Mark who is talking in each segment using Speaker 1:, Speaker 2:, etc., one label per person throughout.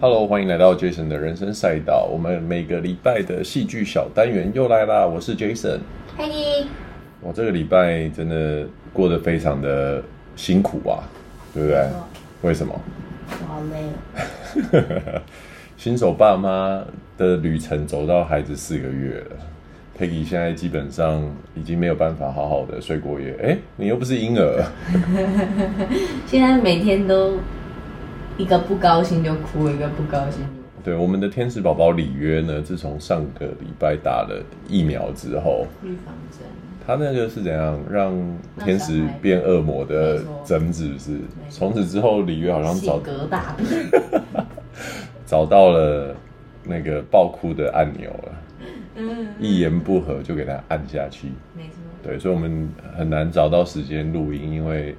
Speaker 1: Hello，欢迎来到 Jason 的人生赛道。我们每个礼拜的戏剧小单元又来啦，我是 Jason。
Speaker 2: Peggy，
Speaker 1: 我这个礼拜真的过得非常的辛苦啊，对不对？为什么？
Speaker 2: 我好累哦。
Speaker 1: 新手爸妈的旅程走到孩子四个月了，Peggy 现在基本上已经没有办法好好的睡过夜。哎，你又不是婴儿，
Speaker 2: 现在每天都一个不高兴就哭，一个不高兴就哭。
Speaker 1: 对我们的天使宝宝里约呢，自从上个礼拜打了疫苗之后，
Speaker 2: 预防针，
Speaker 1: 他那个是怎样让天使变恶魔的针，是不是？从此之后，里约好像找
Speaker 2: 性格大变。
Speaker 1: 找到了那个爆哭的按钮了，
Speaker 2: 嗯，
Speaker 1: 一言不合就给他按下去。
Speaker 2: 没错。
Speaker 1: 对，所以我们很难找到时间录音，因为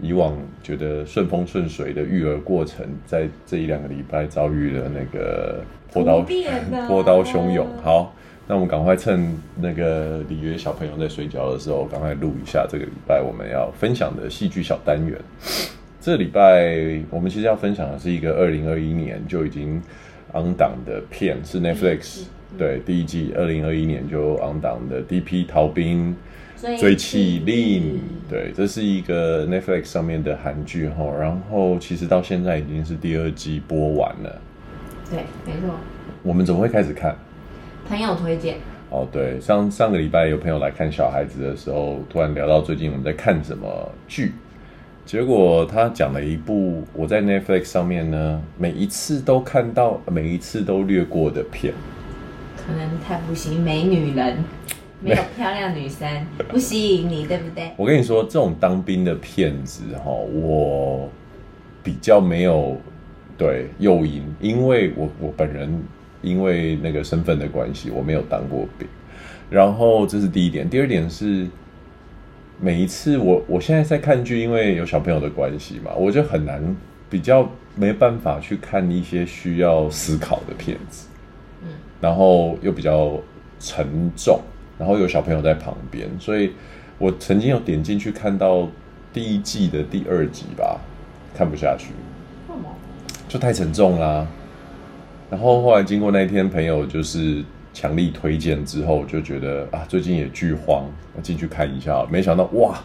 Speaker 1: 以往觉得顺风顺水的育儿过程，在这一两个礼拜遭遇了那个波涛
Speaker 2: 突变啊
Speaker 1: 波涛汹涌。好，那我们赶快趁那个里约小朋友在睡觉的时候，赶快录一下这个礼拜我们要分享的戏剧小单元。 这礼拜我们其实要分享的是一个二零二一年就已经 on 档的片，是 Netflix 对第一季二零二一年就 on 档的《D.P. 逃兵》。追气令，对，这是一个 Netflix 上面的韩剧哈，然后其实到现在已经是第二季播完了，
Speaker 2: 对，没错。
Speaker 1: 我们怎么会开始看？
Speaker 2: 朋友推荐，
Speaker 1: 哦，对，上上个礼拜有朋友来看小孩子的时候，突然聊到最近我们在看什么剧，结果他讲了一部我在 Netflix 上面呢，每一次都看到，每一次都略过的片，
Speaker 2: 可能太不吸引美女人，没有漂亮女生不吸引你，对不对？
Speaker 1: 我跟你说，这种当兵的骗子哈，我比较没有对诱因，因为我我本人因为那个身份的关系，我没有当过兵。然后这是第一点，第二点是每一次我我现在在看剧，因为有小朋友的关系嘛，我就很难比较没办法去看一些需要思考的片子。然后又比较沉重，然后有小朋友在旁边，所以我曾经有点进去看到第一季的第二集吧，看不下去，
Speaker 2: 为什么？
Speaker 1: 就太沉重啦。然后后来经过那一天，朋友就是强力推荐之后，就觉得啊，最近也剧荒，我进去看一下，没想到哇，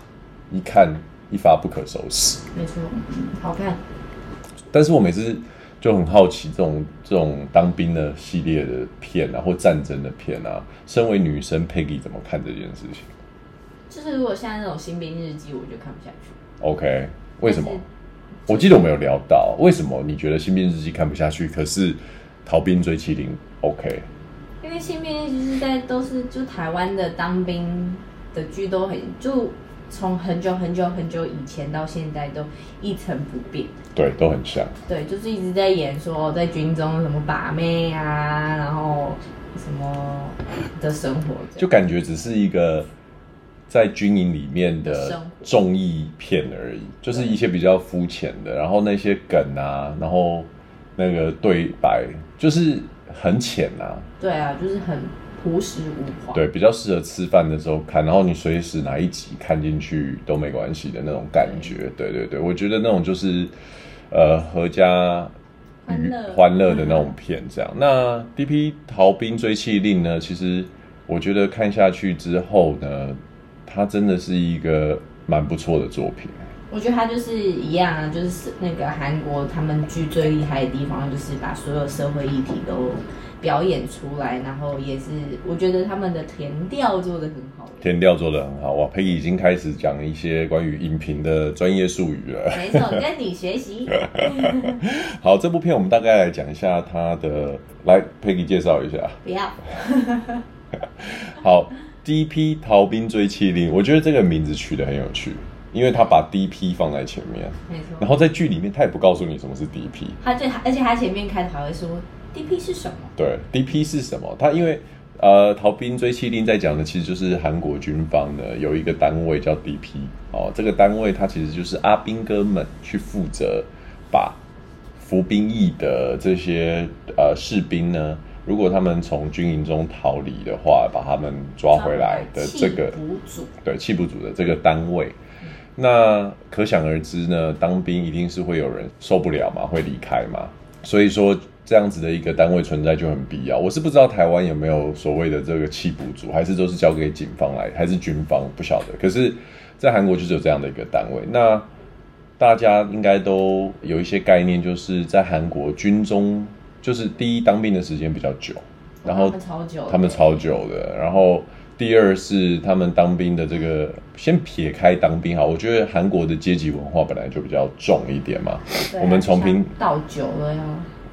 Speaker 1: 一看一发不可收拾。
Speaker 2: 没错，好看。
Speaker 1: 但是我每次就很好奇这种这种当兵的系列的片啊，或战争的片啊，身为女生 Peggy 怎么看这件事情
Speaker 2: 就是如果像那种新兵日记，我就看不下去。
Speaker 1: ？OK，为什么
Speaker 2: 但是？
Speaker 1: 我记得我们有聊到，为什么你觉得《新兵日记》看不下去，可是《逃兵追麒麟》OK？
Speaker 2: 因为新兵其实在都是就台湾的当兵的剧都很就从很久很久很久以前到现在都一成不变，
Speaker 1: 对，都很像。
Speaker 2: 对，就是一直在演说在军中什么把妹啊，然后什么的生活这
Speaker 1: 就
Speaker 2: 样。
Speaker 1: 感觉只是一个在军营里面的
Speaker 2: 生活
Speaker 1: 综艺片而已，就是一些比较肤浅的，然后那些梗啊，然后那个对白就是很浅啊，
Speaker 2: 对啊，就是很朴实无华。
Speaker 1: 对，比较适合吃饭的时候看，然后你随时哪一集看进去都没关系的那种感觉。对对对，我觉得那种就是呃合家
Speaker 2: 欢乐嗯
Speaker 1: 欢乐的那种片这样。那 D P 逃兵追缉令呢，其实我觉得看下去之后呢，它真的是一个蛮不错的作品。
Speaker 2: 我觉得他就是一样啊，就是那个韩国他们剧最厉害的地方，就是把所有社会议题都表演出来，然后也是我觉得他们的填调做的很好。
Speaker 1: 填调做的很好哇，佩奇已经开始讲一些关于影评的专业术语了。
Speaker 2: 没错，跟你学 习。
Speaker 1: 好，这部片我们大概来讲一下它的，来佩奇介绍一下。
Speaker 2: 不要，
Speaker 1: 好，D.P. 逃兵追妻令，我觉得这个名字取得很有趣，因为他把 D.P. 放在前面，
Speaker 2: 没
Speaker 1: 然
Speaker 2: 错。
Speaker 1: 后在剧里面他也不告诉你什么是 D.P.
Speaker 2: 他最，而且他前面开头还会说 DP 是什么？
Speaker 1: 对，D.P. 是什么？他因为呃，逃兵追妻令在讲的其实就是韩国军方呢有一个单位叫 D.P. 哦，这个单位它其实就是阿兵哥们去负责把服兵役的这些呃士兵呢。如果他们从军营中逃离的话，把他们抓回来的这个
Speaker 2: 气补组，
Speaker 1: 对气不足的这个单位。那可想而知呢，当兵一定是会有人受不了嘛，会离开嘛。所以说，这样子的一个单位存在就很必要。我是不知道台湾有没有所谓的这个弃捕组，还是都是交给警方来，还是军方不晓得。可是，在韩国就是有这样的一个单位。那大家应该都有一些概念，就是在韩国军中，就是第一当兵的时间比较久，然后
Speaker 2: 哦他们超久的，
Speaker 1: 他们超久的。然后第二是他们当兵的这个，先撇开当兵哈，我觉得韩国的阶级文化本来就比较重一点嘛。
Speaker 2: 对啊
Speaker 1: 我们从平
Speaker 2: 像倒酒了呀，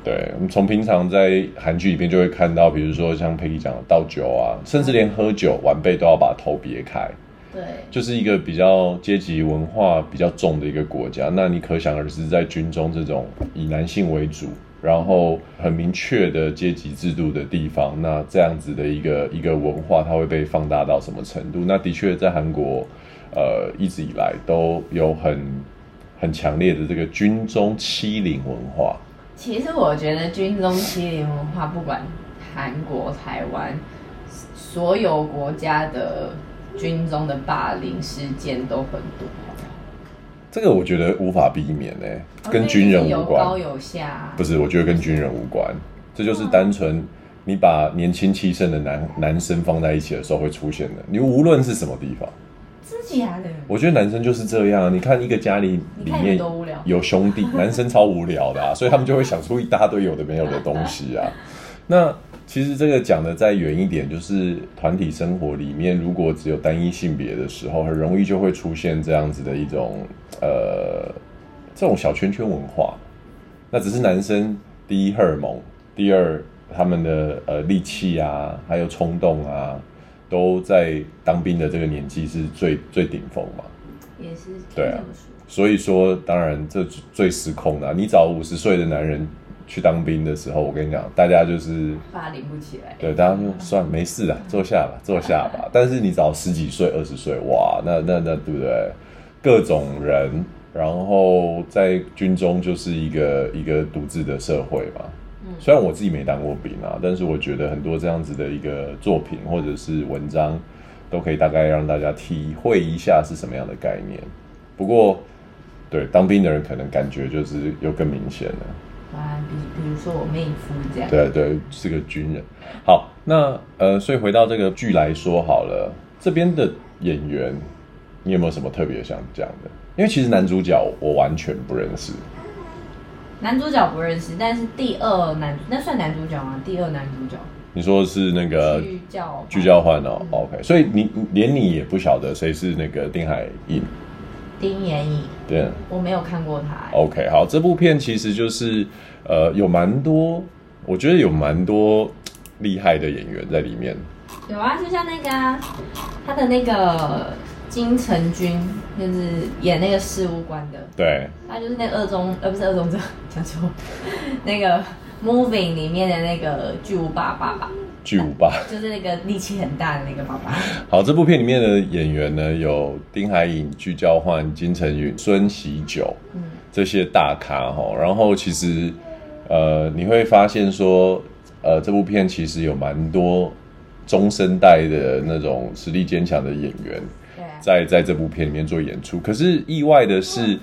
Speaker 1: 对，我们从平常在韩剧里面就会看到，比如说像佩 y 讲的倒酒啊，甚至连喝酒，晚辈都要把头别开，
Speaker 2: 对，
Speaker 1: 就是一个比较阶级文化比较重的一个国家。那你可想而知，在军中这种以男性为主，然后很明确的阶级制度的地方，那这样子的一个一个文化，它会被放大到什么程度？那的确在韩国，呃，一直以来都有很很强烈的这个军中欺凌文化。
Speaker 2: 其实我觉得军中欺凌文化，不管韩国、台湾，所有国家的军中的霸凌事件都很多。
Speaker 1: 这个我觉得无法避免呢、
Speaker 2: 哦
Speaker 1: 跟军人无
Speaker 2: 有高
Speaker 1: 关。
Speaker 2: 有下，
Speaker 1: 不是，我觉得跟军人无关，这就是单纯你把年轻气盛的男男生放在一起的时候会出现的。你无论是什么地方，
Speaker 2: 自己啊假的。
Speaker 1: 我觉得男生就是这样。你看一个家里
Speaker 2: 你
Speaker 1: 里
Speaker 2: 看你
Speaker 1: 面
Speaker 2: 多无聊，
Speaker 1: 有兄 弟，男生超无聊的、啊，所以他们就会想出一大堆有的没有的东西啊。那其实这个讲的再远一点，就是团体生活里面，如果只有单一性别的时候，很容易就会出现这样子的一种呃这种小圈圈文化。那只是男生第一荷尔蒙，第二他们的呃力气啊，还有冲动啊，都在当兵的这个年纪是最最顶峰嘛。
Speaker 2: 也是
Speaker 1: 对啊
Speaker 2: 听这么说
Speaker 1: 所以说，当然这最失控了、啊你找五十岁的男人去当兵的时候，我跟你讲，大家就是
Speaker 2: 霸凌不起来。
Speaker 1: 对，大家就算没事啦，坐下吧，坐下吧。 但是你找十几岁、二十岁，哇，那那那对不对？各种人，然后在军中就是一个一个独自的社会嘛。
Speaker 2: 嗯
Speaker 1: 虽然我自己没当过兵啊，但是我觉得很多这样子的一个作品或者是文章，都可以大概让大家体会一下是什么样的概念。不过，对当兵的人可能感觉就是又更明显了。
Speaker 2: 啊，比比如说我妹夫这样，
Speaker 1: 对对，是个军人。好，那呃，所以回到这个剧来说好了，这边的演员，你有没有什么特别想讲的？因为其实男主角我完全不认识，
Speaker 2: 男主角不认识，但是第二男那算男主角吗？第二男主角
Speaker 1: 你说是那个
Speaker 2: 聚教
Speaker 1: 呃聚焦焕哦、
Speaker 2: 嗯
Speaker 1: o k 所以你你连你也不晓得谁是那个丁海寅，
Speaker 2: 丁彦颖，
Speaker 1: 对。
Speaker 2: 我没有看过他、欸
Speaker 1: OK，好，这部片其实就是呃有蛮多，我觉得有蛮多厉害的演员在里面。
Speaker 2: 有啊，就像那个、啊、他的那个金城君，就是演那个事务官的，
Speaker 1: 对，
Speaker 2: 他就是那个二中呃不是二中者，讲错， 那个 Moving 里面的那个巨无霸爸爸，
Speaker 1: 巨无霸。
Speaker 2: 就是那个力气很大的那个爸爸。
Speaker 1: 好，这部片里面的演员呢，有丁海寅、具交焕、金城允、孙喜九
Speaker 2: 嗯，
Speaker 1: 这些大咖哈。然后其实，呃，你会发现说，呃，这部片其实有蛮多中生代的那种实力坚强的演员，
Speaker 2: 对啊，
Speaker 1: 在在这部片里面做演出。可是意外的是，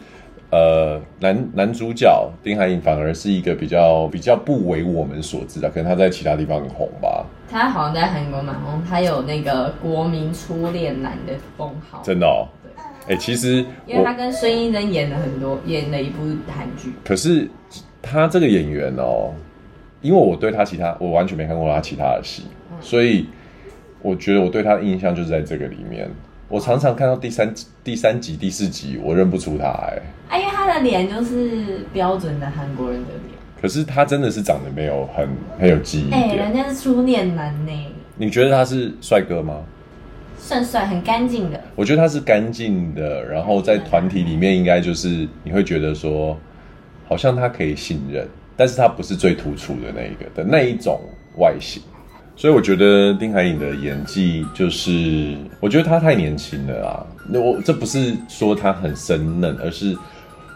Speaker 1: 呃，男男主角丁海寅反而是一个比较比较不为我们所知的，可能他在其他地方很红吧。
Speaker 2: 他好像在韩国蛮红，他有那个国民初恋男的封号，
Speaker 1: 真的哦
Speaker 2: 对，
Speaker 1: 哎、其实
Speaker 2: 因为
Speaker 1: 我
Speaker 2: 他跟孙艺珍演了很多，演了一部韩剧。
Speaker 1: 可是他这个演员哦，因为我对他其他我完全没看过他其他的戏，
Speaker 2: 嗯
Speaker 1: 所以我觉得我对他的印象就是在这个里面。我常常看到第三第三集、第四集，我认不出他哎、
Speaker 2: 啊，因为他的脸就是标准的韩国人的脸，
Speaker 1: 可是他真的是长得没有很很有记忆
Speaker 2: 哎、
Speaker 1: 点。
Speaker 2: 人家是初恋男呢、
Speaker 1: 你觉得他是帅哥吗？
Speaker 2: 算帅，很干净的。
Speaker 1: 我觉得他是干净的，然后在团体里面应该就是你会觉得说，好像他可以信任，但是他不是最突出的那一个的那一种外形。所以我觉得丁海寅的演技就是，我觉得他太年轻了啊。那我这不是说他很生嫩，而是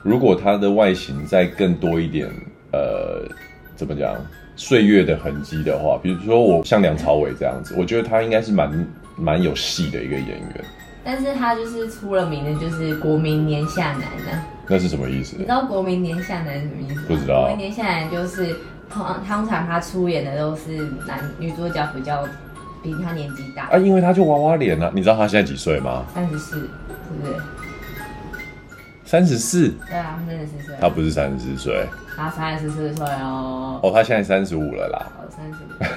Speaker 1: 如果他的外形再更多一点，呃，怎么讲岁月的痕迹的话，比如说我像梁朝伟这样子，我觉得他应该是蛮蛮有戏的一个演员。
Speaker 2: 但是他就是出了名的，就是国民年下男啊。
Speaker 1: 那是什么意思
Speaker 2: 你知？道国民年下男是什么意思吗？
Speaker 1: 不知道
Speaker 2: 国民年下男就是通通常他出演的都是男女主角比较比他年纪大
Speaker 1: 啊，，因为他就娃娃脸啊，你知道他现在几岁吗？
Speaker 2: 三十四，是不是？
Speaker 1: 三十四，
Speaker 2: 对啊，他三十四岁，
Speaker 1: 他不是三十四岁
Speaker 2: 他三十四岁哦，
Speaker 1: 哦，他现在三十五了啦，
Speaker 2: 哦，三十五。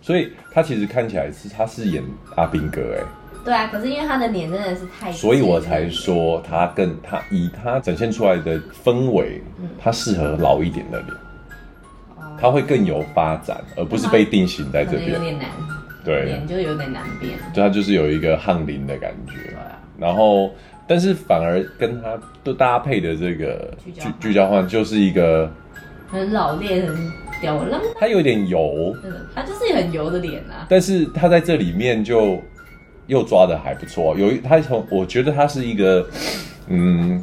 Speaker 1: 所以他其实看起来是他是演阿兵哥哎、
Speaker 2: 对啊，可是因为他的脸真的是太近了，
Speaker 1: 所以我才说他更他以他展现出来的氛围，他适合老一点的脸，
Speaker 2: 哦
Speaker 1: 他会更有发展，而不是被定型在
Speaker 2: 可
Speaker 1: 这
Speaker 2: 能有
Speaker 1: 边。
Speaker 2: 点难，
Speaker 1: 对
Speaker 2: 脸，就有点难变。
Speaker 1: 就他就是有一个翰林的感觉
Speaker 2: 对。啊，
Speaker 1: 然后，但是反而跟他都搭配的这个
Speaker 2: 聚焦
Speaker 1: 聚聚焦换就是一个，
Speaker 2: 很老练，很吊愣，
Speaker 1: 他有点油，
Speaker 2: 真的，他就是很油的脸啊。
Speaker 1: 但是他在这里面就又抓的还不错。有一他从我觉得他是一个，嗯，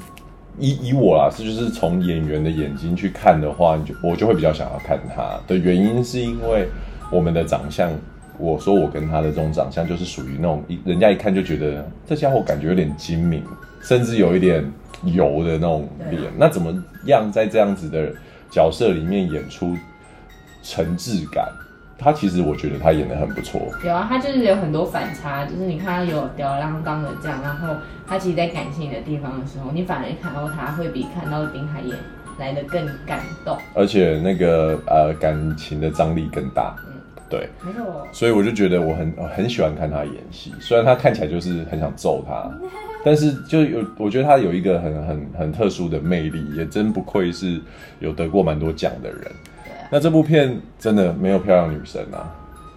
Speaker 1: 以以我啦，这就是从演员的眼睛去看的话，你就我就会比较想要看他的原因，是因为我们的长相。我说我跟他的这种长相，就是属于那种一人家一看就觉得这家伙感觉有点精明，甚至有一点油的那种脸。那怎么样在这样子的角色里面演出层质感？他其实我觉得他演的很不错，
Speaker 2: 有啊，他就是有很多反差，就是你看他有吊儿郎当的这样，然后他其实在感性的地方的时候，你反而看到他会比看到丁海寅来的更感动。
Speaker 1: 而且那个呃感情的张力更大，
Speaker 2: 嗯
Speaker 1: 对，
Speaker 2: 没错，
Speaker 1: 所以我就觉得我很呃很喜欢看他演戏，虽然他看起来就是很想揍 他，但是就有我觉得他有一个很很很特殊的魅力，也真不愧是有得过蛮多奖的人。
Speaker 2: 啊
Speaker 1: 那这部片真的没有漂亮女生啊，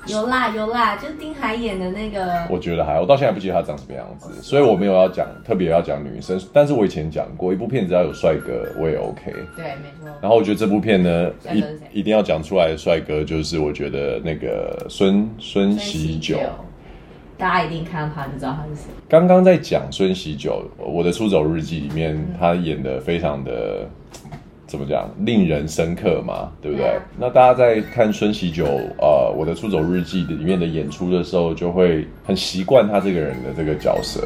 Speaker 2: 有啦有啦，就是丁海寅的那个，
Speaker 1: 我觉得还好，我到现在不记得她长什么样
Speaker 2: 哦
Speaker 1: 子，所以我没有要讲特别要讲女生，但是我以前讲过，一部片只要有帅哥我也 OK。
Speaker 2: 对，没错，
Speaker 1: 然后我觉得这部片呢，
Speaker 2: 帅哥是谁
Speaker 1: 一一定要讲出来的帅哥就是我觉得那个孙孙喜九。
Speaker 2: 大家一定看到他就知道他是谁。
Speaker 1: 刚刚在讲孙喜九，我的《出走日记》里面他演的非常的怎么讲，令人深刻嘛，对不对？
Speaker 2: 对啊
Speaker 1: 那大家在看孙喜九呃《我的出走日记》里面的演出的时候，就会很习惯他这个人的这个角色，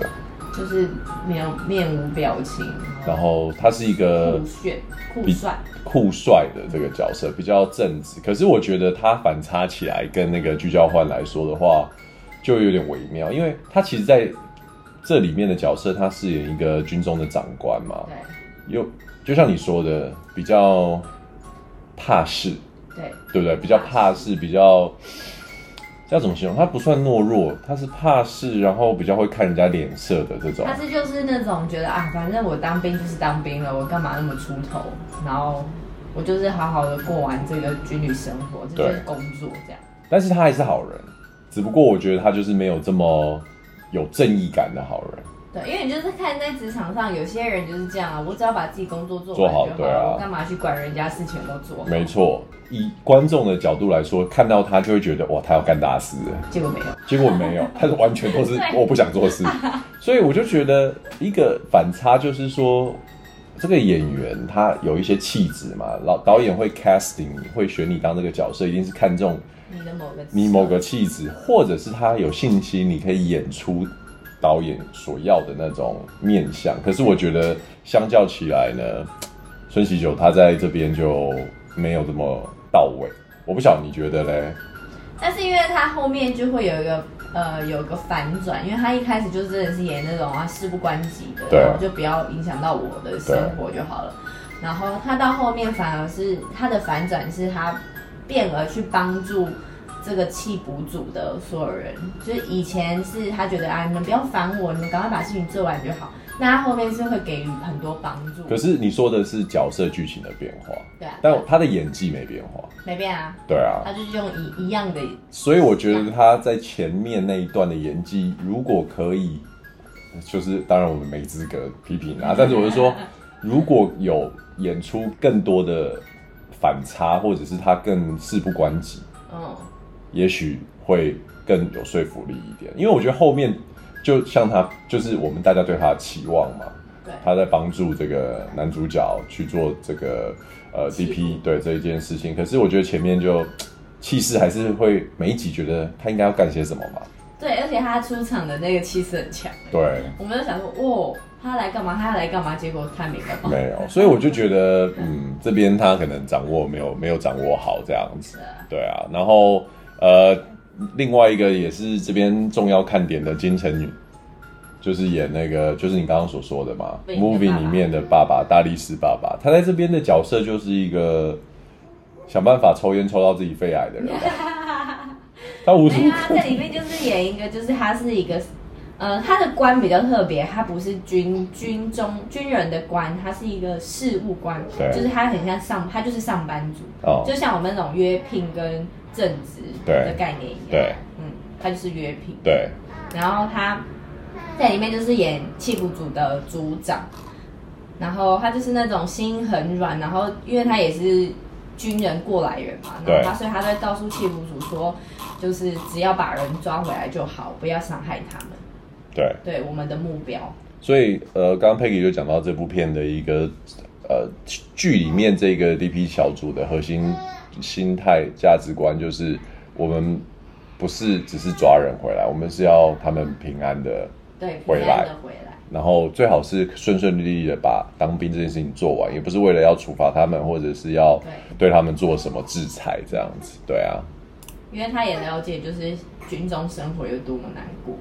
Speaker 2: 就是没有面无表情，
Speaker 1: 然后他是一个
Speaker 2: 酷炫、酷
Speaker 1: 比
Speaker 2: 帅，
Speaker 1: 酷帅的这个角色，比较正直。可是我觉得他反差起来跟那个聚焦换来说的话，就有点微妙，因为他其实在这里面的角色，他饰演一个军中的长官嘛，
Speaker 2: 对
Speaker 1: 又就像你说的，比较怕事，
Speaker 2: 对，
Speaker 1: 对不对？比较怕事，比较。要怎么形容？他不算懦弱，他是怕事，然后比较会看人家脸色的这种
Speaker 2: 他。是就是那种觉得啊，反正我当兵就是当兵了，我干嘛那么出头？然后我就是好好的过完这个军旅生活，这就是
Speaker 1: 对
Speaker 2: 工作这样。
Speaker 1: 但是他还是好人，只不过我觉得他就是没有这么有正义感的好人。
Speaker 2: 对，因为你就是看在职场上，有些人就是这样啊，我只要把自己工作做完
Speaker 1: 做好
Speaker 2: 就好
Speaker 1: 对啊
Speaker 2: 了，我干嘛去管人家事情都做好？
Speaker 1: 没错，以观众的角度来说，看到他就会觉得哇，他要干大事了。
Speaker 2: 结果没有，
Speaker 1: 结果没有，他是完全都是
Speaker 2: 对
Speaker 1: 我不想做事，所以我就觉得一个反差就是说，这个演员他有一些气质嘛，老导演会 casting 你会选你当这个角色，一定是看中
Speaker 2: 你的某个
Speaker 1: 你某个气质，或者是他有信心，你可以演出导演所要的那种面相。可是我觉得相较起来呢，孙喜九他在这边就没有这么到位。我不晓得你觉得嘞？
Speaker 2: 但是因为他后面就会有一个呃有一个反转，因为他一开始就真的是演那种啊事不关己的，
Speaker 1: 对
Speaker 2: 然后就不要影响到我的生活就好了。然后他到后面反而是他的反转是他变而去帮助这个气补组的所有人，就是以前是他觉得啊你们不要烦我，你们赶快把事情做完就好。那他后面是会给予很多帮助，
Speaker 1: 可是你说的是角色剧情的变化，
Speaker 2: 对啊，
Speaker 1: 但他的演技没变化。
Speaker 2: 没变啊，
Speaker 1: 对啊，
Speaker 2: 他就是用一一样的
Speaker 1: 所以我觉得他在前面那一段的演技，如果可以，就是当然我们没资格批评啊，但是我是说，如果有演出更多的反差，或者是他更事不关己，
Speaker 2: 嗯。
Speaker 1: 也许会更有说服力一点。因为我觉得后面就像他，就是我们大家对他的期望嘛，
Speaker 2: 对，
Speaker 1: 他在帮助这个男主角去做这个呃
Speaker 2: 气
Speaker 1: DP 对这一件事情。可是我觉得前面就气势还是会每一集觉得他应该要干些什么嘛。
Speaker 2: 对，而且他出场的那个气势很强。欸
Speaker 1: 对，
Speaker 2: 我们就想说，哇，他来干嘛？他要来干嘛？结果他没干嘛。
Speaker 1: 没有，所以我就觉得，嗯，这边他可能掌握没有没有掌握好这样子，对啊。然后呃，另外一个也是这边重要看点的金城女，就是演那个就是你刚刚所说的嘛
Speaker 2: 对你的爸
Speaker 1: ，movie
Speaker 2: 爸
Speaker 1: 里面的爸爸大力士爸爸，他在这边的角色就是一个想办法抽烟抽到自己肺癌的人吧， 他无时
Speaker 2: 没
Speaker 1: 无
Speaker 2: 有啊，
Speaker 1: 刻
Speaker 2: 在里面就是演一个，就是他是一个，呃，他的官比较特别，他不是军军中军人的官，他是一个事务官，
Speaker 1: 对
Speaker 2: 就是他很像上，他就是上班族，
Speaker 1: 哦，
Speaker 2: 就像我们那种约聘跟正职
Speaker 1: 对
Speaker 2: 的概念一样，
Speaker 1: 对，
Speaker 2: 嗯，他就是约聘，
Speaker 1: 对，
Speaker 2: 然后他在里面就是演气鼓组的组长，然后他就是那种心很软，然后因为他也是军人过来人嘛，然后他所以他在告诉气鼓组说，就是只要把人抓回来就好，不要伤害他们，
Speaker 1: 对。
Speaker 2: 对我们的目标。
Speaker 1: 所以呃，刚刚 Peggy 就讲到这部片的一个呃剧里面这个 DP 小组的核心心态价值观，就是我们不是只是抓人回来，我们是要他们平安的，
Speaker 2: 对，
Speaker 1: 回来
Speaker 2: 平安的回来，
Speaker 1: 然后最好是顺顺利利的把当兵这件事情做完，也不是为了要处罚他们，或者是要对他们做什么制裁这样子，对啊。
Speaker 2: 因为他也了解就是军中生活有多么难过。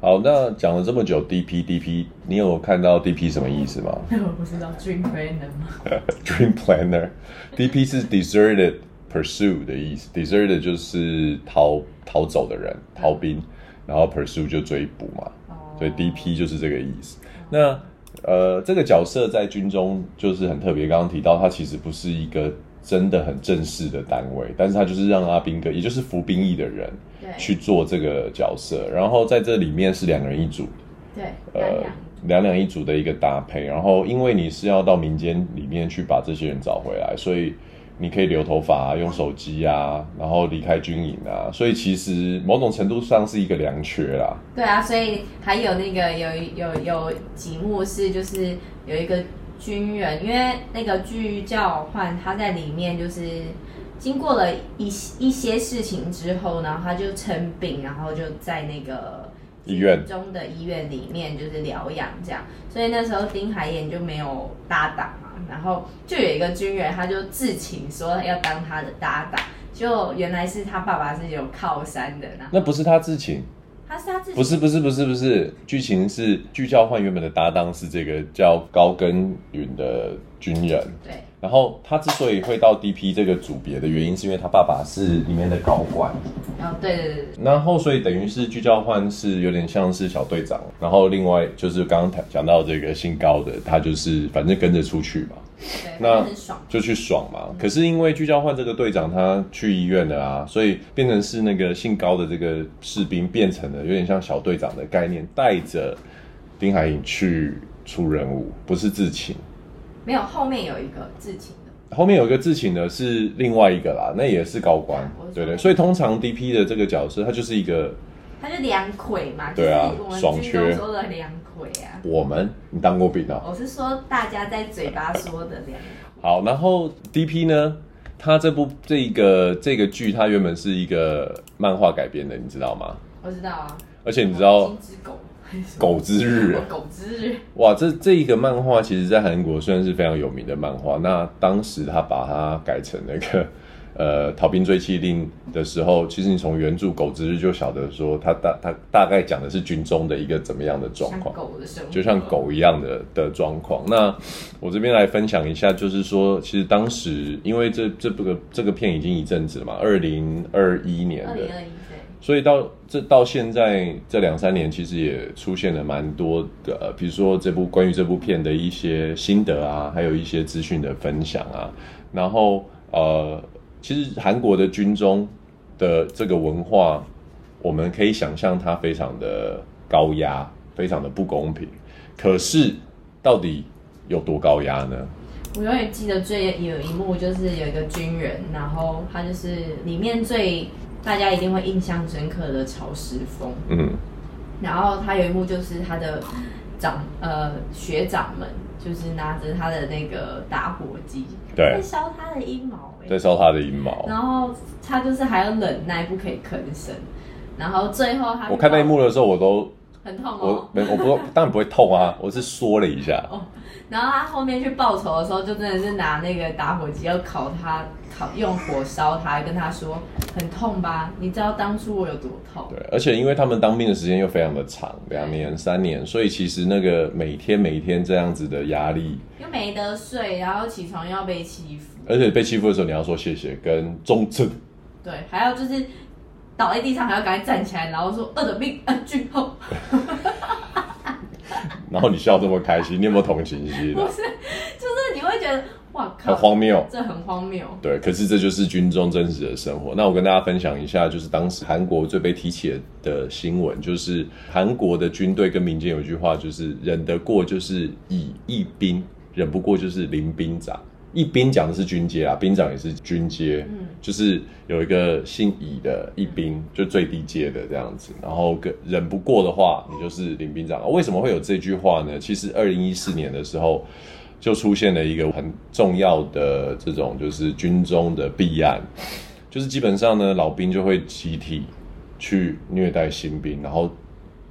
Speaker 1: 好，那讲了这么久，DP DP，你有看到 DP 什么意思吗？
Speaker 2: 我不知道军规能吗？
Speaker 1: Dream Planner，DP 是 Deserted Pursue 的意思，Deserted 就是逃逃走的人，逃兵，然后 Pursue 就追捕嘛，所以 DP 就是这个意思。那呃，这个角色在军中就是很特别，刚刚提到他其实不是一个真的很正式的单位，但是他就是让阿兵哥，也就是服兵役的人
Speaker 2: 对
Speaker 1: 去做这个角色，然后在这里面是两个人一组，
Speaker 2: 对，
Speaker 1: 呃
Speaker 2: 两
Speaker 1: 两两一组的一个搭配。然后因为你是要到民间里面去把这些人找回来，所以你可以留头发、啊、用手机啊，然后离开军营啊，所以其实某种程度上是一个良缺啦。
Speaker 2: 对啊，所以还有那个有有有几幕是就是有一个军人，因为那个巨教换他在里面就是经过了一一些事情之后，然后他就生病，然后就在那个
Speaker 1: 医院
Speaker 2: 中的医院里面就是疗养这样，所以那时候丁海燕就没有搭档嘛，然后就有一个军人他就自请说要当他的搭档，就原来是他爸爸是有靠山的，然后
Speaker 1: 那不是他自请，
Speaker 2: 他是他自己
Speaker 1: 不是不是不是不是，剧情是巨教换原本的搭档是这个叫高耕云的军人。
Speaker 2: 对。
Speaker 1: 然后他之所以会到 DP 这个组别的原因，是因为他爸爸是里面的高管，
Speaker 2: 哦，对对对对，
Speaker 1: 然后，所以等于是聚教换是有点像是小队长，然后另外就是刚刚谈讲到这个姓高的，他就是反正跟着出去嘛，
Speaker 2: 对，
Speaker 1: 那
Speaker 2: 很爽。
Speaker 1: 就去爽嘛。可是因为聚教换这个队长他去医院了啊，所以变成是那个姓高的这个士兵变成了有点像小队长的概念，带着丁海颖去出任务，不是自请。
Speaker 2: 没有，后面有一个自请的，
Speaker 1: 后面有一个自请的是另外一个啦，那也是高官
Speaker 2: 我，知道
Speaker 1: 对对。所以通常 DP 的这个角色，他就是一个
Speaker 2: 他就两腿嘛，
Speaker 1: 对啊
Speaker 2: 就是我们
Speaker 1: 爽缺
Speaker 2: 军中说的两腿啊。
Speaker 1: 我们，你当过兵哦、
Speaker 2: 我是说大家在嘴巴说的两，
Speaker 1: 好，然后 DP 呢，他这部这一个这个剧，它原本是一个漫画改编的，你知道吗？
Speaker 2: 我知道啊。
Speaker 1: 而且你知道
Speaker 2: 金之狗还是什么
Speaker 1: 狗之日啊
Speaker 2: 哦 狗之日，
Speaker 1: 哇，这这一个漫画其实在韩国虽然是非常有名的漫画，那当时他把它改成那个 呃《逃兵追缉令》的时候，其实你从原著狗之日就晓得说，他大他大概讲的是军中的一个怎么样的状
Speaker 2: 像
Speaker 1: 况。
Speaker 2: 狗的生活，
Speaker 1: 就像。狗一样的的状况。那我这边来分享一下，就是说，其实当时因为这这部个这个片已经一阵子了嘛，二零二一年
Speaker 2: 二
Speaker 1: 的
Speaker 2: 零，二一对，
Speaker 1: 所以到这到现在这两三年，其实也出现了蛮多的，呃比如说这部关于这部片的一些心得啊，还有一些资讯的分享啊，然后呃，其实韩国的军中的这个文化，我们可以想象它非常的高压，非常的不公平。可是到底有多高压呢？
Speaker 2: 我永远记得最有一幕就是有一个军人，然后他就是里面最大家一定会印象深刻的曹石峰，
Speaker 1: 嗯，
Speaker 2: 然后他有一幕就是他的长呃学长们，就是拿着他的那个打火机在
Speaker 1: 对，
Speaker 2: 烧他的阴毛、欸，
Speaker 1: 在烧他的阴毛。
Speaker 2: 然后他就是还要忍耐，不可以吭声。然后最后他就
Speaker 1: 我看那一幕的时候，我都
Speaker 2: 很痛
Speaker 1: 我
Speaker 2: 哦。
Speaker 1: 没我不当然不会痛啊，我是缩了一下。
Speaker 2: 然后他后面去报仇的时候，就真的是拿那个打火机要烤他，烤用火烧他，跟他说很痛吧？你知道当初我有多痛？
Speaker 1: 对，而且因为他们当兵的时间又非常的长，
Speaker 2: 对
Speaker 1: 两年、三年，所以其实那个每天每天这样子的压力，
Speaker 2: 又没得睡，然后起床又要被欺负，
Speaker 1: 而且被欺负的时候你要说谢谢跟中正，
Speaker 2: 对，还有就是倒在地上还要赶快站起来，然后说饿的命，呃，句后。
Speaker 1: 然后你笑这么开心，你有没有同情 心
Speaker 2: 不
Speaker 1: 啊？
Speaker 2: 是，就是你会觉得哇
Speaker 1: 很
Speaker 2: 靠，
Speaker 1: 荒谬。
Speaker 2: 这很荒谬。
Speaker 1: 对，可是这就是军中真实的生活。那我跟大家分享一下，就是当时韩国最被提起的新闻，就是韩国的军队跟民间有一句话，就是忍得过就是以一兵，忍不过就是临兵长。一兵讲的是军阶啊，兵长也是军阶，
Speaker 2: 嗯
Speaker 1: 就是有一个姓乙的一兵，就最低阶的这样子。然后跟忍不过的话，你就是领兵长。啊为什么会有这句话呢？其实二零一四年的时候，就出现了一个很重要的这种就是军中的弊案，就是基本上呢，老兵就会集体去虐待新兵，然后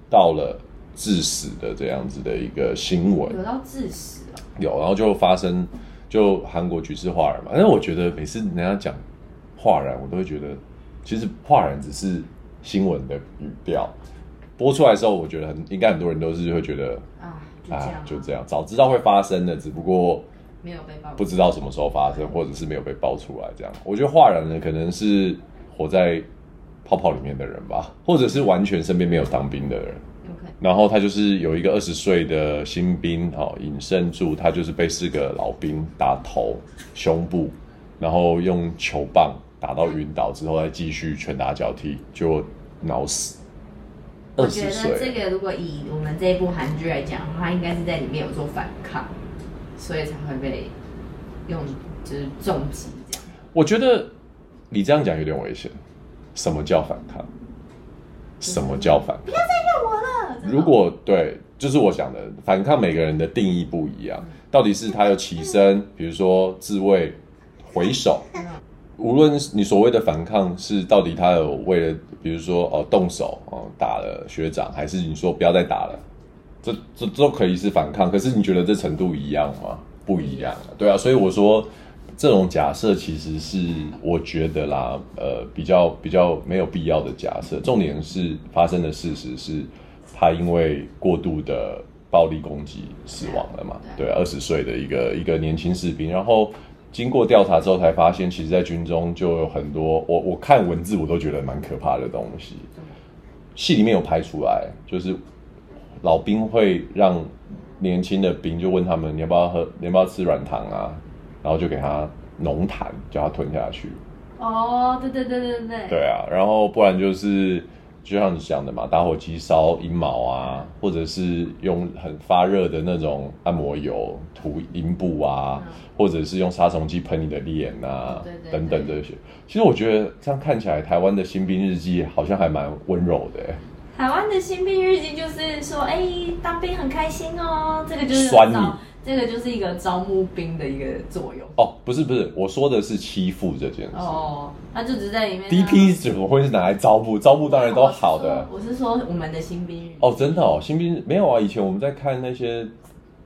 Speaker 1: 到了致死的这样子的一个新闻。
Speaker 2: 有到哦致死了，
Speaker 1: 有，然后就发生就韩国举世哗然嘛。但是我觉得每次人家讲哗然，我都会觉得其实哗然只是新闻的语调。播出来的时候，我觉得很应该很多人都是会觉得
Speaker 2: 啊，就这样、
Speaker 1: 啊，就这，样，早知道会发生的，只不过
Speaker 2: 没有被爆
Speaker 1: 不。知道什么时候发生，或者是没有被爆出来这样。我觉得哗然的可能是活在泡泡里面的人吧，或者是完全身边没有当兵的人。
Speaker 2: OK，
Speaker 1: 然后他就是有一个二十岁的新兵，哦，尹胜柱，他就是被四个老兵打头、胸部，然后用球棒打到晕倒之后，再继续拳打脚踢，就脑死。
Speaker 2: 我
Speaker 1: 二
Speaker 2: 觉
Speaker 1: 十
Speaker 2: 得这
Speaker 1: 岁，
Speaker 2: 个如果以我们这一部韩剧来讲的话，应该是在里面有做反抗，所以才会被用就是重击这样。
Speaker 1: 我觉得你这样讲有点危险。什么叫反抗？什么叫反抗？
Speaker 2: 嗯
Speaker 1: 如果对，就是我讲的，反抗每个人的定义不一样，到底是他有起身，比如说自卫、回手，
Speaker 2: 嗯
Speaker 1: 无论是你所谓的反抗是到底他有为了，比如说哦动手哦打了学长，还是你说不要再打了，这这这都可以是反抗。可是你觉得这程度一样吗？不一样啊，对啊。所以我说这种假设其实是我觉得啦，呃，比较比较没有必要的假设。重点是发生的事实是他因为过度的暴力攻击死亡了嘛？对，二十岁的一个一个年轻士兵，然后。经过调查之后才发现，其实，在军中就有很多我我看文字我都觉得蛮可怕的东西。戏里面有拍出来，就是老兵会让年轻的兵就问他们你要不要喝，你要不要吃软糖啊，然后就给他浓痰，叫他吞下去。
Speaker 2: 哦，对对对对对，
Speaker 1: 对啊，然后不然就是就像你讲的嘛，打火机烧阴毛啊，或者是用很发热的那种按摩油涂阴部啊，
Speaker 2: 嗯哦
Speaker 1: 或者是用杀虫剂喷你的脸啊，
Speaker 2: 对对对
Speaker 1: 等等这些。其实我觉得这样看起来，台湾的新兵日记好像还蛮温柔的、欸。
Speaker 2: 台湾的新兵日记就是说，哎、当兵很开心哦，这个就是
Speaker 1: 酸你
Speaker 2: 招，这个就是一个招募兵的一个作用。
Speaker 1: 哦，不是不是，我说的是欺负这件事。
Speaker 2: 哦，他就只在里面让
Speaker 1: DP 怎么会是拿来招募？招募当然都好的。
Speaker 2: 我是说我是说我们的新兵日记
Speaker 1: 哦，真的哦，新兵没有啊。以前我们在看那些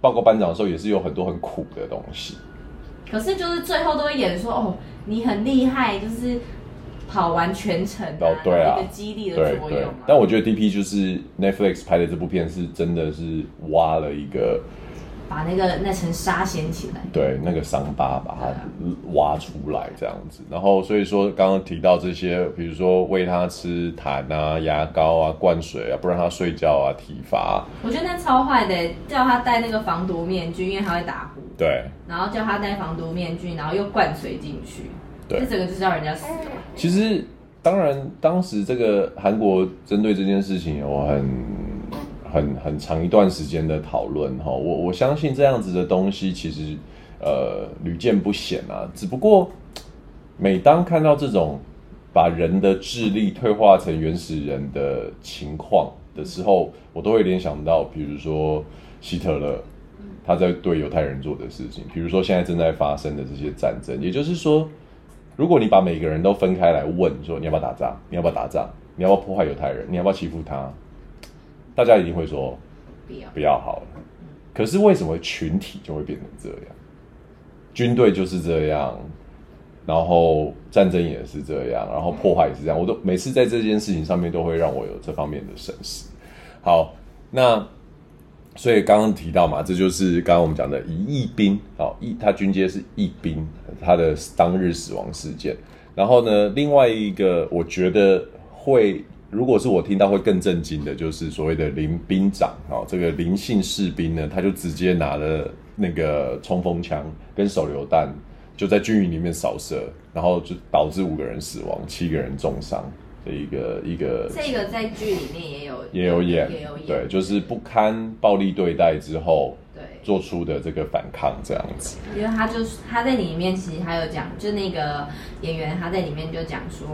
Speaker 1: 报告班长的时候，也是有很多很苦的东西。
Speaker 2: 可是就是最后都会演说哦，你很厉害，就是跑完全程、啊，
Speaker 1: 哦对啊
Speaker 2: 有一个激励的
Speaker 1: 对
Speaker 2: 作
Speaker 1: 对
Speaker 2: 用、啊。，
Speaker 1: 但我觉得 DP 就是 Netflix 拍的这部片是真的是挖了一个
Speaker 2: 把那个那层沙掀起来，
Speaker 1: 对那个伤疤把
Speaker 2: 啊
Speaker 1: 它挖出来这样子。然后所以说刚刚提到这些，比如说喂他吃痰啊、牙膏啊、灌水啊，不让他睡觉啊、体罚、啊，
Speaker 2: 我觉得那超坏的，叫他戴那个防毒面具，因为他会打呼，
Speaker 1: 对。
Speaker 2: 然后叫他戴防毒面具，然后又灌水进去，
Speaker 1: 对
Speaker 2: 这整个就是要人家死了。
Speaker 1: 其实，当然，当时这个韩国针对这件事情有很、很、很长一段时间的讨论哈。我我相信这样子的东西其实呃屡见不鲜啊。只不过，每当看到这种把人的智力退化成原始人的情况的时候，我都会联想到，比如说希特勒。他在对犹太人做的事情，比如说现在正在发生的这些战争，也就是说，如果你把每个人都分开来问，说你要不要打仗，你要不要打仗，你要不要破坏犹太人，你要不要欺负他，大家一定会说
Speaker 2: 不要
Speaker 1: 不要好了。可是为什么群体就会变成这样？军队就是这样，然后战争也是这样，然后破坏也是这样。我都每次在这件事情上面都会让我有这方面的审视。好，那所以刚刚提到嘛，这就是刚刚我们讲的一役兵，好一他军阶是一兵，他的当日死亡事件。然后呢，另外一个我觉得会，如果是我听到会更震惊的，就是所谓的林兵长哦，这个林姓士兵呢，他就直接拿了那个冲锋枪跟手榴弹，就在军营里面扫射，然后就导致五个人死亡，七个人重伤的一个一个
Speaker 2: 这个在剧里面也有
Speaker 1: 也有演，
Speaker 2: 也有演，
Speaker 1: 对，就是不堪暴力对待之后
Speaker 2: 对，
Speaker 1: 做出的这个反抗这样子，
Speaker 2: 因为他就是他在里面，其实他有讲，就那个演员他在里面就讲说，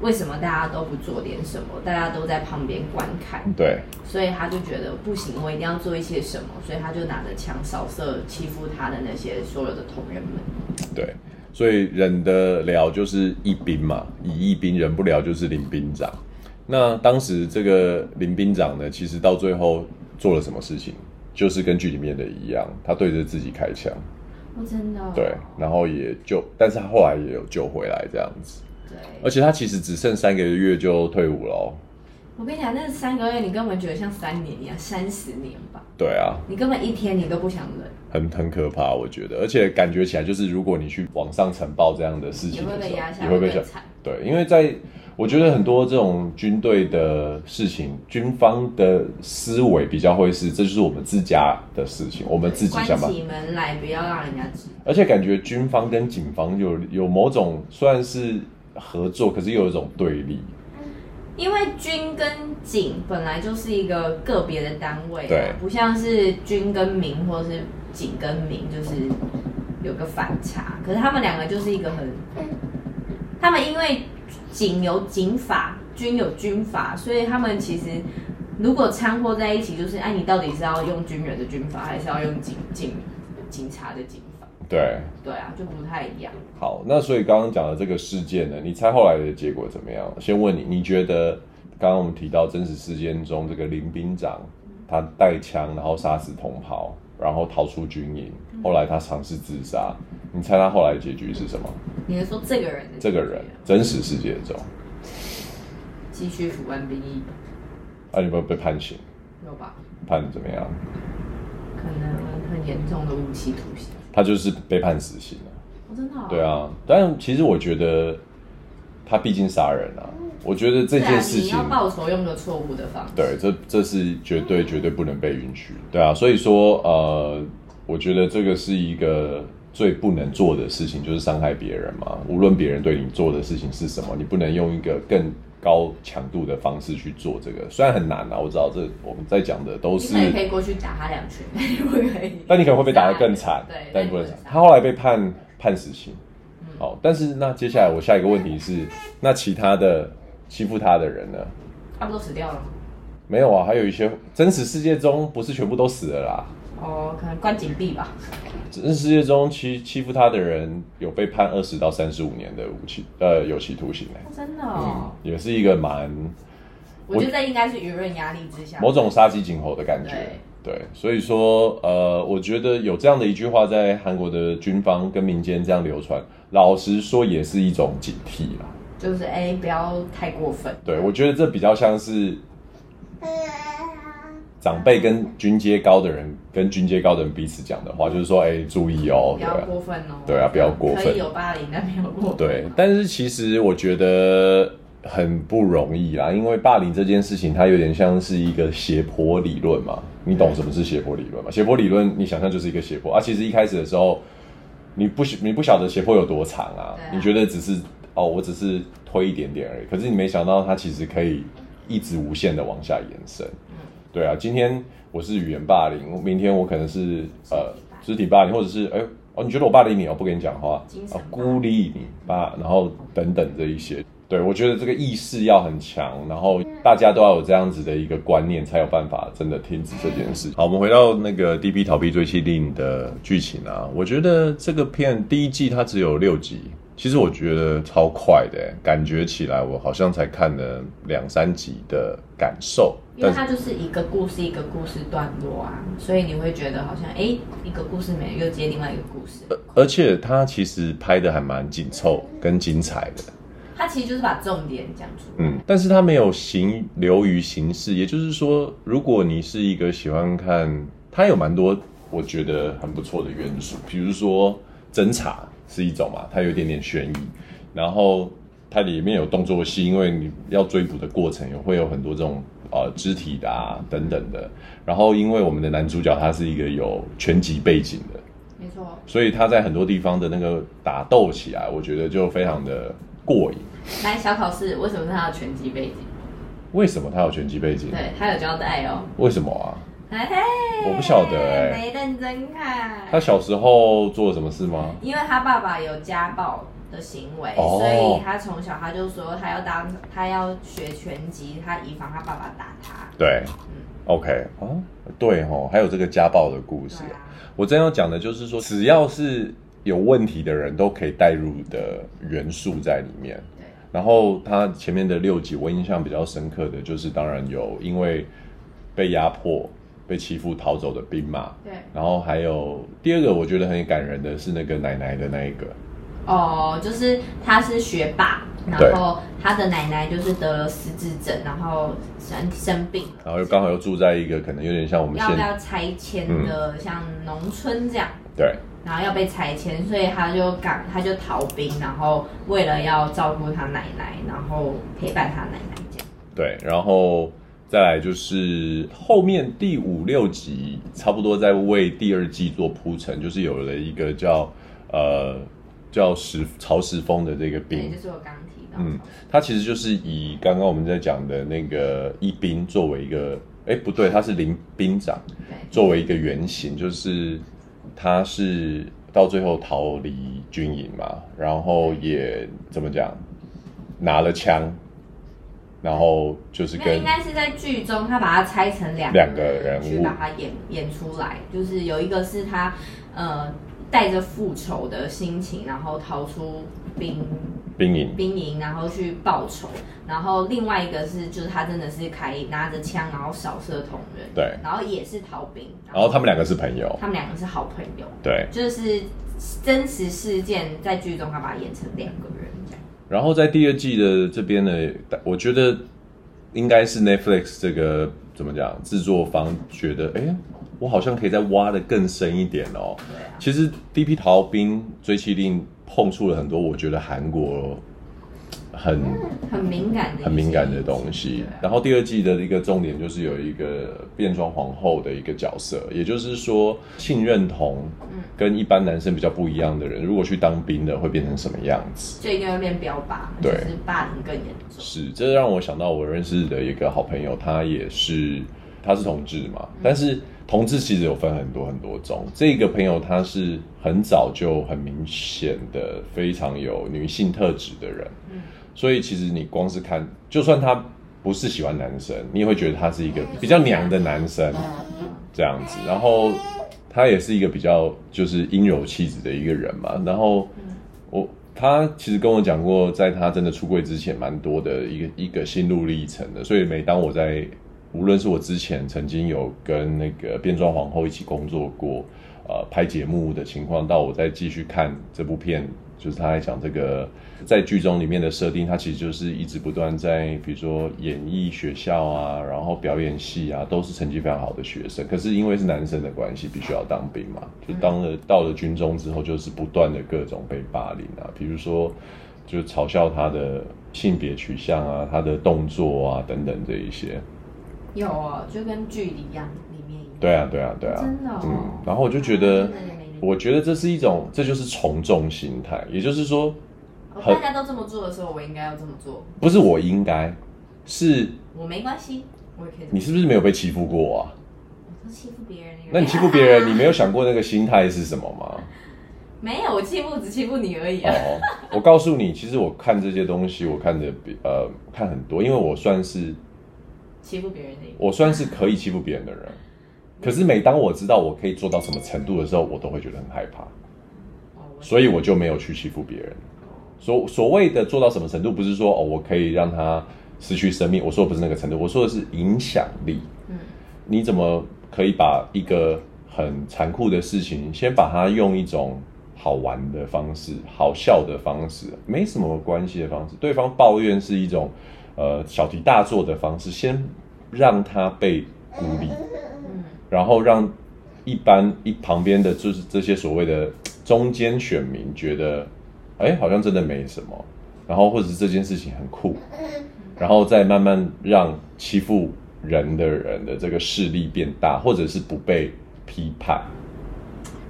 Speaker 2: 为什么大家都不做点什么，大家都在旁边观看，
Speaker 1: 对
Speaker 2: 所以他就觉得不行，我一定要做一些什么，所以他就拿着枪扫射欺负他的那些所有的同仁们。
Speaker 1: 对，所以忍得了就是一兵嘛，以一兵忍不了就是林兵长。那当时这个林兵长呢，其实到最后做了什么事情，就是跟剧里面的一样，他对着自己开枪，
Speaker 2: 哦，真的、哦，
Speaker 1: 对，然后也救，但是他后来也有救回来这样子，
Speaker 2: 对，
Speaker 1: 而且他其实只剩三个月就退伍了、哦，
Speaker 2: 我跟你讲，那三个月你根本觉得像三年一样，三十年吧，
Speaker 1: 对啊，
Speaker 2: 你根本一天你都不想忍，
Speaker 1: 很很可怕，我觉得，而且感觉起来就是，如果你去网上呈报这样的事
Speaker 2: 也
Speaker 1: 情
Speaker 2: 会
Speaker 1: 的时
Speaker 2: 被
Speaker 1: 候
Speaker 2: 压，下，
Speaker 1: 也会被
Speaker 2: 更惨。
Speaker 1: 对，因为在我觉得很多这种军队的事情，军方的思维比较会是，这就是我们自家的事情，我们自己
Speaker 2: 关
Speaker 1: 想办法。
Speaker 2: 起门来，不要让人家知道。
Speaker 1: 而且感觉军方跟警方有有某种虽然是合作，可是又有一种对立。
Speaker 2: 因为军跟警本来就是一个个别的单位啊，
Speaker 1: 对
Speaker 2: 不像是军跟民或者是警跟民，就是有个反差。可是他们两个就是一个很，他们因为警有警法，军有军法，所以他们其实如果掺和在一起，就是哎、你到底是要用军人的军法，还是要用警警警察的警法？
Speaker 1: 对，
Speaker 2: 对啊，就不太一样。
Speaker 1: 好，那所以刚刚讲的这个事件呢，你猜后来的结果怎么样？先问你，你觉得刚刚我们提到真实事件中，这个林兵长他带枪，然后杀死同袍，然后逃出军营，
Speaker 2: 嗯
Speaker 1: 后来他尝试自杀，你猜他后来的结局是什么？
Speaker 2: 你是说这个人的
Speaker 1: 这个
Speaker 2: 嗯
Speaker 1: 人真实世界中，
Speaker 2: 继续服完兵役吧
Speaker 1: 啊，你有没有被判刑？
Speaker 2: 有吧？
Speaker 1: 判怎么样？
Speaker 2: 可能很严重的无期徒刑。
Speaker 1: 他就是被判死刑了。
Speaker 2: 我、真的、哦？
Speaker 1: 对，啊，但其实我觉得他毕竟杀人啊，我觉得这
Speaker 2: 对
Speaker 1: 件事
Speaker 2: 啊、你
Speaker 1: 情、
Speaker 2: 要报仇用个错误的方式。
Speaker 1: 对，这这是绝对绝对不能被允许，对啊，所以说呃，我觉得这个是一个最不能做的事情，就是伤害别人嘛。无论别人对你做的事情是什么，你不能用一个更高强度的方式去做这个，虽然很难啊，我知道这我们在讲的都
Speaker 2: 你
Speaker 1: 是
Speaker 2: 可，能可以过去打他两拳， 但你不可以。
Speaker 1: 但你可能会被打得更惨，
Speaker 2: 对，
Speaker 1: 但你不
Speaker 2: 不
Speaker 1: 能
Speaker 2: 能
Speaker 1: 惨。他后来被判判死刑，
Speaker 2: 嗯
Speaker 1: 好，但是那接下来我下一个问题是，那其他的欺负他的人呢？
Speaker 2: 他们都死掉了。
Speaker 1: 没有啊，还有一些真实世界中不是全部都死了啦。
Speaker 2: 哦，可能关禁闭吧。
Speaker 1: 真实世界中欺欺负他的人有被判二十到三十五年的无期呃有期徒刑呢、
Speaker 2: 哦真的哦，
Speaker 1: 也是一个蛮
Speaker 2: 我觉得这应该是舆论压力之下。
Speaker 1: 某种杀鸡儆猴的感觉。对，所以说呃，我觉得有这样的一句话在韩国的军方跟民间这样流传，老实说也是一种警惕啦。
Speaker 2: 就是哎、不要太过分。
Speaker 1: 对，我觉得这比较像是长辈跟军阶高的人跟军阶高的人彼此讲的话，就是说，哎、注意哦，
Speaker 2: 不
Speaker 1: 对
Speaker 2: 要
Speaker 1: 啊，
Speaker 2: 过分哦。
Speaker 1: 对啊不要过分
Speaker 2: 可以有霸凌，但没有过分。
Speaker 1: 对，但是其实我觉得很不容易啦，因为霸凌这件事情，它有点像是一个斜坡理论嘛。你懂什么是斜坡理
Speaker 2: 嗯
Speaker 1: 论吗？斜坡理论，你想象就是一个斜坡啊。其实一开始的时候，你不晓你不晓得斜坡有多长啊，
Speaker 2: 对啊
Speaker 1: 你觉得只是哦，我只是推一点点而已。可是你没想到，它其实可以一直无限的往下延伸。
Speaker 2: 嗯
Speaker 1: 对啊，今天我是语言霸凌，明天我可能是呃肢体霸凌，或者是哎、哦，你觉得我霸凌你，我不跟你讲话
Speaker 2: 精，神
Speaker 1: 啊
Speaker 2: 霸凌
Speaker 1: 孤立你霸，然后等等这一些。对，我觉得这个意识要很强，然后大家都要有这样子的一个观念，才有办法真的停止这件事。好，我们回到那个《DB 逃避追妻令》的剧情啊，我觉得这个片第一季它只有六集，其实我觉得超快的欸，感觉起来我好像才看了两三集的感受。
Speaker 2: 因为它就是一个故事一个故事段落啊，所以你会觉得好像哎，一个故事没了又接另外一个故事。
Speaker 1: 而且他其实拍的还蛮紧凑跟精彩的，
Speaker 2: 它其实就是把重点讲出来。
Speaker 1: 嗯，但是他没有行流于形式，也就是说，如果你是一个喜欢看，他有蛮多我觉得很不错的元素，比如说侦查是一种嘛，它有一点点悬疑，然后它里面有动作戏，因为你要追捕的过程也会有很多这种呃肢体的啊等等的，然后因为我们的男主角他是一个有拳击背景的，
Speaker 2: 没错，
Speaker 1: 所以他在很多地方的那个打斗起来，我觉得就非常的过瘾。
Speaker 2: 来小考试为什么他有拳击背景？
Speaker 1: 为什么他有拳击背景？
Speaker 2: 对他有交代哦。
Speaker 1: 为什么啊？
Speaker 2: 嘿嘿，
Speaker 1: 嗯我不晓得哎
Speaker 2: 没认真看。
Speaker 1: 他小时候做了什么事吗？
Speaker 2: 因为他爸爸有家暴的行为，
Speaker 1: 哦
Speaker 2: 所以他从小他就说他要当他要学拳击，他以防他爸爸打他。
Speaker 1: 对
Speaker 2: 嗯
Speaker 1: ，OK 啊，对哦，还有这个家暴的故事
Speaker 2: 对。啊，
Speaker 1: 我真要讲的就是说，只要是有问题的人都可以带入的元素在里面。
Speaker 2: 对，
Speaker 1: 然后他前面的六集，我印象比较深刻的就是，当然有因为被压迫、被欺负逃走的兵马，
Speaker 2: 对，
Speaker 1: 然后还有第二个，我觉得很感人的是那个奶奶的那一个，
Speaker 2: 哦，就是他是学霸，
Speaker 1: 对
Speaker 2: 然后他的奶奶就是得了失智症，然后生生病了，
Speaker 1: 然后又刚好又住在一个可能有点像我们
Speaker 2: 要不
Speaker 1: 现嗯
Speaker 2: 要拆迁的，像农村这样。
Speaker 1: 对
Speaker 2: 然后要被拆迁，所以他就赶，他就逃兵，然后为了要照顾他奶奶，然后陪伴他奶奶这样。
Speaker 1: 对，然后再来就是后面第五六集差不多在为第二季做铺陈，就是有了一个叫呃叫石曹石峰的这个
Speaker 2: 对，
Speaker 1: 兵
Speaker 2: 就，是我刚提到的。
Speaker 1: 嗯他其实就是以刚刚我们在讲的那个一兵作为一个，哎不对，他是林兵长，
Speaker 2: 对，
Speaker 1: 作为一个原型，就是他是到最后逃离军营嘛，然后也怎么讲，拿了枪，然后就是
Speaker 2: 没有，
Speaker 1: 跟
Speaker 2: 应该是在剧中他把它拆成两
Speaker 1: 两个人
Speaker 2: 去
Speaker 1: 物
Speaker 2: 把它演演出来，就是有一个是他呃带着复仇的心情，然后逃出兵
Speaker 1: 兵营，
Speaker 2: 兵营，然后去报仇，然后另外一个是就是他真的是开拿着枪，然后扫射同人，
Speaker 1: 对，
Speaker 2: 然后也是逃兵，
Speaker 1: 然后他们两个是朋友，
Speaker 2: 他们两个是好朋友。
Speaker 1: 对，
Speaker 2: 就是真实事件在剧中他把它演成两个人这样。
Speaker 1: 然后在第二季的这边呢，我觉得应该是 Netflix 这个怎么讲，制作方觉得，哎，我好像可以再挖的更深一点哦，
Speaker 2: 对啊，
Speaker 1: 其实《第一批逃兵追妻令》碰触了很多我觉得韩国很
Speaker 2: 很敏感的，
Speaker 1: 很敏感的东西。
Speaker 2: 啊
Speaker 1: 然后第二季的一个重点就是有一个变装皇后的一个角色，也就是说性认同
Speaker 2: 嗯
Speaker 1: 跟一般男生比较不一样的人，如果去当兵的会变成什么样子？
Speaker 2: 就一定会变标靶，
Speaker 1: 对
Speaker 2: 就是霸凌更严重。
Speaker 1: 是，这让我想到我认识的一个好朋友，他也是他是同志嘛，但是同志其实有分很多很多种。这个朋友他是很早就很明显的非常有女性特质的人，
Speaker 2: 嗯，
Speaker 1: 所以其实你光是看，就算他不是喜欢男生，你也会觉得他是一个比较娘的男生这样子。然后他也是一个比较就是阴柔气质的一个人嘛。然后我他其实跟我讲过，在他真的出柜之前，蛮多的一个一个心路历程的。所以每当我在无论是我之前曾经有跟那个变装皇后一起工作过，呃拍节目的情况，到我再继续看这部片，就是他在讲这个在剧中里面的设定，他其实就是一直不断在比如说演艺学校啊，然后表演系啊，都是成绩非常好的学生，可是因为是男生的关系，必须要当兵嘛，就当了到了军中之后，就是不断的各种被霸凌啊，比如说。就是嘲笑他的性别取向啊，他的动作啊等等这一些，
Speaker 2: 有哦，就跟剧一样，里面一样。
Speaker 1: 对啊，对啊，对啊，
Speaker 2: 真的哦
Speaker 1: 嗯，然后我就觉得
Speaker 2: 真的也没理，
Speaker 1: 我觉得这是一种，这就是从众心态，也就是说，
Speaker 2: 哦
Speaker 1: 很
Speaker 2: 大家都这么做的时候，我应该要这么做，
Speaker 1: 不是我应该，是
Speaker 2: 我没关系，我也可以这
Speaker 1: 你
Speaker 2: 么做。
Speaker 1: 是不是没有被欺负过啊？
Speaker 2: 我都欺负别人，
Speaker 1: 那你欺负别人，你没有想过那个心态是什么吗？
Speaker 2: 没有？我欺负只欺负你而已啊。
Speaker 1: 哦，我告诉你，其实我看这些东西，我看的比呃看很多，因为我算是
Speaker 2: 欺负别人的一个，
Speaker 1: 我算是可以欺负别人的人，可是每当我知道我可以做到什么程度的时候，我都会觉得很害怕。
Speaker 2: 哦我
Speaker 1: 所以我就没有去欺负别人。所所谓的做到什么程度，不是说哦，我可以让他失去生命。我说的不是那个程度，我说的是影响力。
Speaker 2: 嗯
Speaker 1: 你怎么可以把一个很残酷的事情，先把它用一种好玩的方式、好笑的方式、没什么关系的方式，对方抱怨是一种呃小题大做的方式，先让他被孤立，
Speaker 2: 嗯
Speaker 1: 然后让一般一旁边的就是这些所谓的嘖中间选民觉得，哎，好像真的没什么，然后或者是这件事情很酷，然后再慢慢让欺负人的人的这个势力变大，或者是不被批判。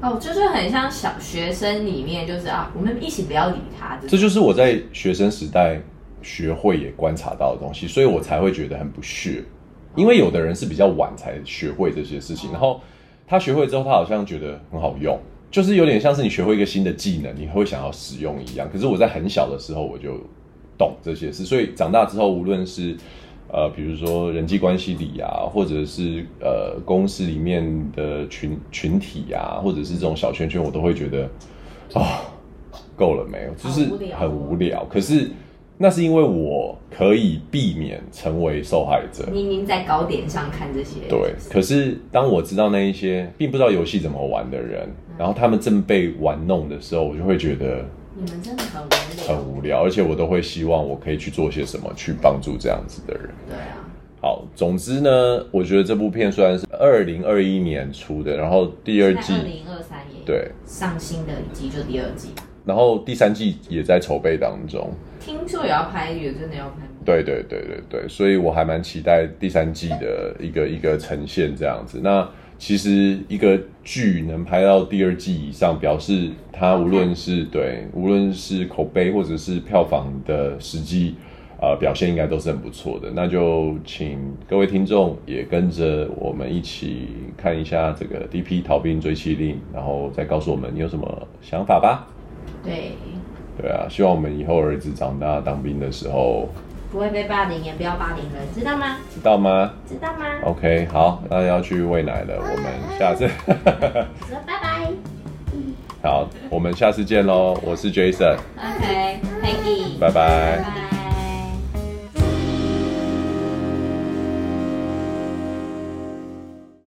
Speaker 2: 哦，就是很像小学生里面，就是啊，我们一起不要理他，
Speaker 1: 这就是我在学生时代学会也观察到的东西，所以我才会觉得很不屑，因为有的人是比较晚才学会这些事情，然后他学会之后，他好像觉得很好用，就是有点像是你学会一个新的技能，你会想要使用一样。可是我在很小的时候我就懂这些事，所以长大之后，无论是呃，比如说人际关系里啊，或者是呃公司里面的群群体啊，或者是这种小圈圈，我都会觉得啊、够了没有，就是
Speaker 2: 好无聊哦
Speaker 1: 很无聊。可是那是因为我可以避免成为受害者。
Speaker 2: 你已经在高点上看这些，
Speaker 1: 对，可是当我知道那一些并不知道游戏怎么玩的人，
Speaker 2: 嗯
Speaker 1: 然后他们正被玩弄的时候，我就会觉得
Speaker 2: 你们真的很无聊，
Speaker 1: 很无聊，而且我都会希望我可以去做些什么去帮助这样子的人。
Speaker 2: 对啊，
Speaker 1: 好，总之呢，我觉得这部片虽然是二零二一年出的，然后第二季
Speaker 2: 二零二三年
Speaker 1: 对，
Speaker 2: 上新的一季就第二季，
Speaker 1: 然后第三季也在筹备当中。
Speaker 2: 听说也要拍，也真的要拍吗？
Speaker 1: 对对对对对，所以我还蛮期待第三季的一个一个呈现这样子。那其实一个剧能拍到第二季以上，表示它无论是对无论是口碑或者是票房的实际呃表现，应该都是很不错的。那就请各位听众也跟着我们一起看一下这个《D.P. 逃兵追妻令》，然后再告诉我们你有什么想法吧。
Speaker 2: 对，
Speaker 1: 对啊，希望我们以后儿子长大当兵的时候，
Speaker 2: 不会被霸凌，也不要霸凌人，知道吗？
Speaker 1: 知道吗？
Speaker 2: 知道吗？
Speaker 1: OK，好，那要去喂奶了，我们下次
Speaker 2: 说拜拜
Speaker 1: 好，我们下次见喽。我是 Jason，
Speaker 2: ，OK，Peggy，
Speaker 1: 拜拜
Speaker 2: 拜。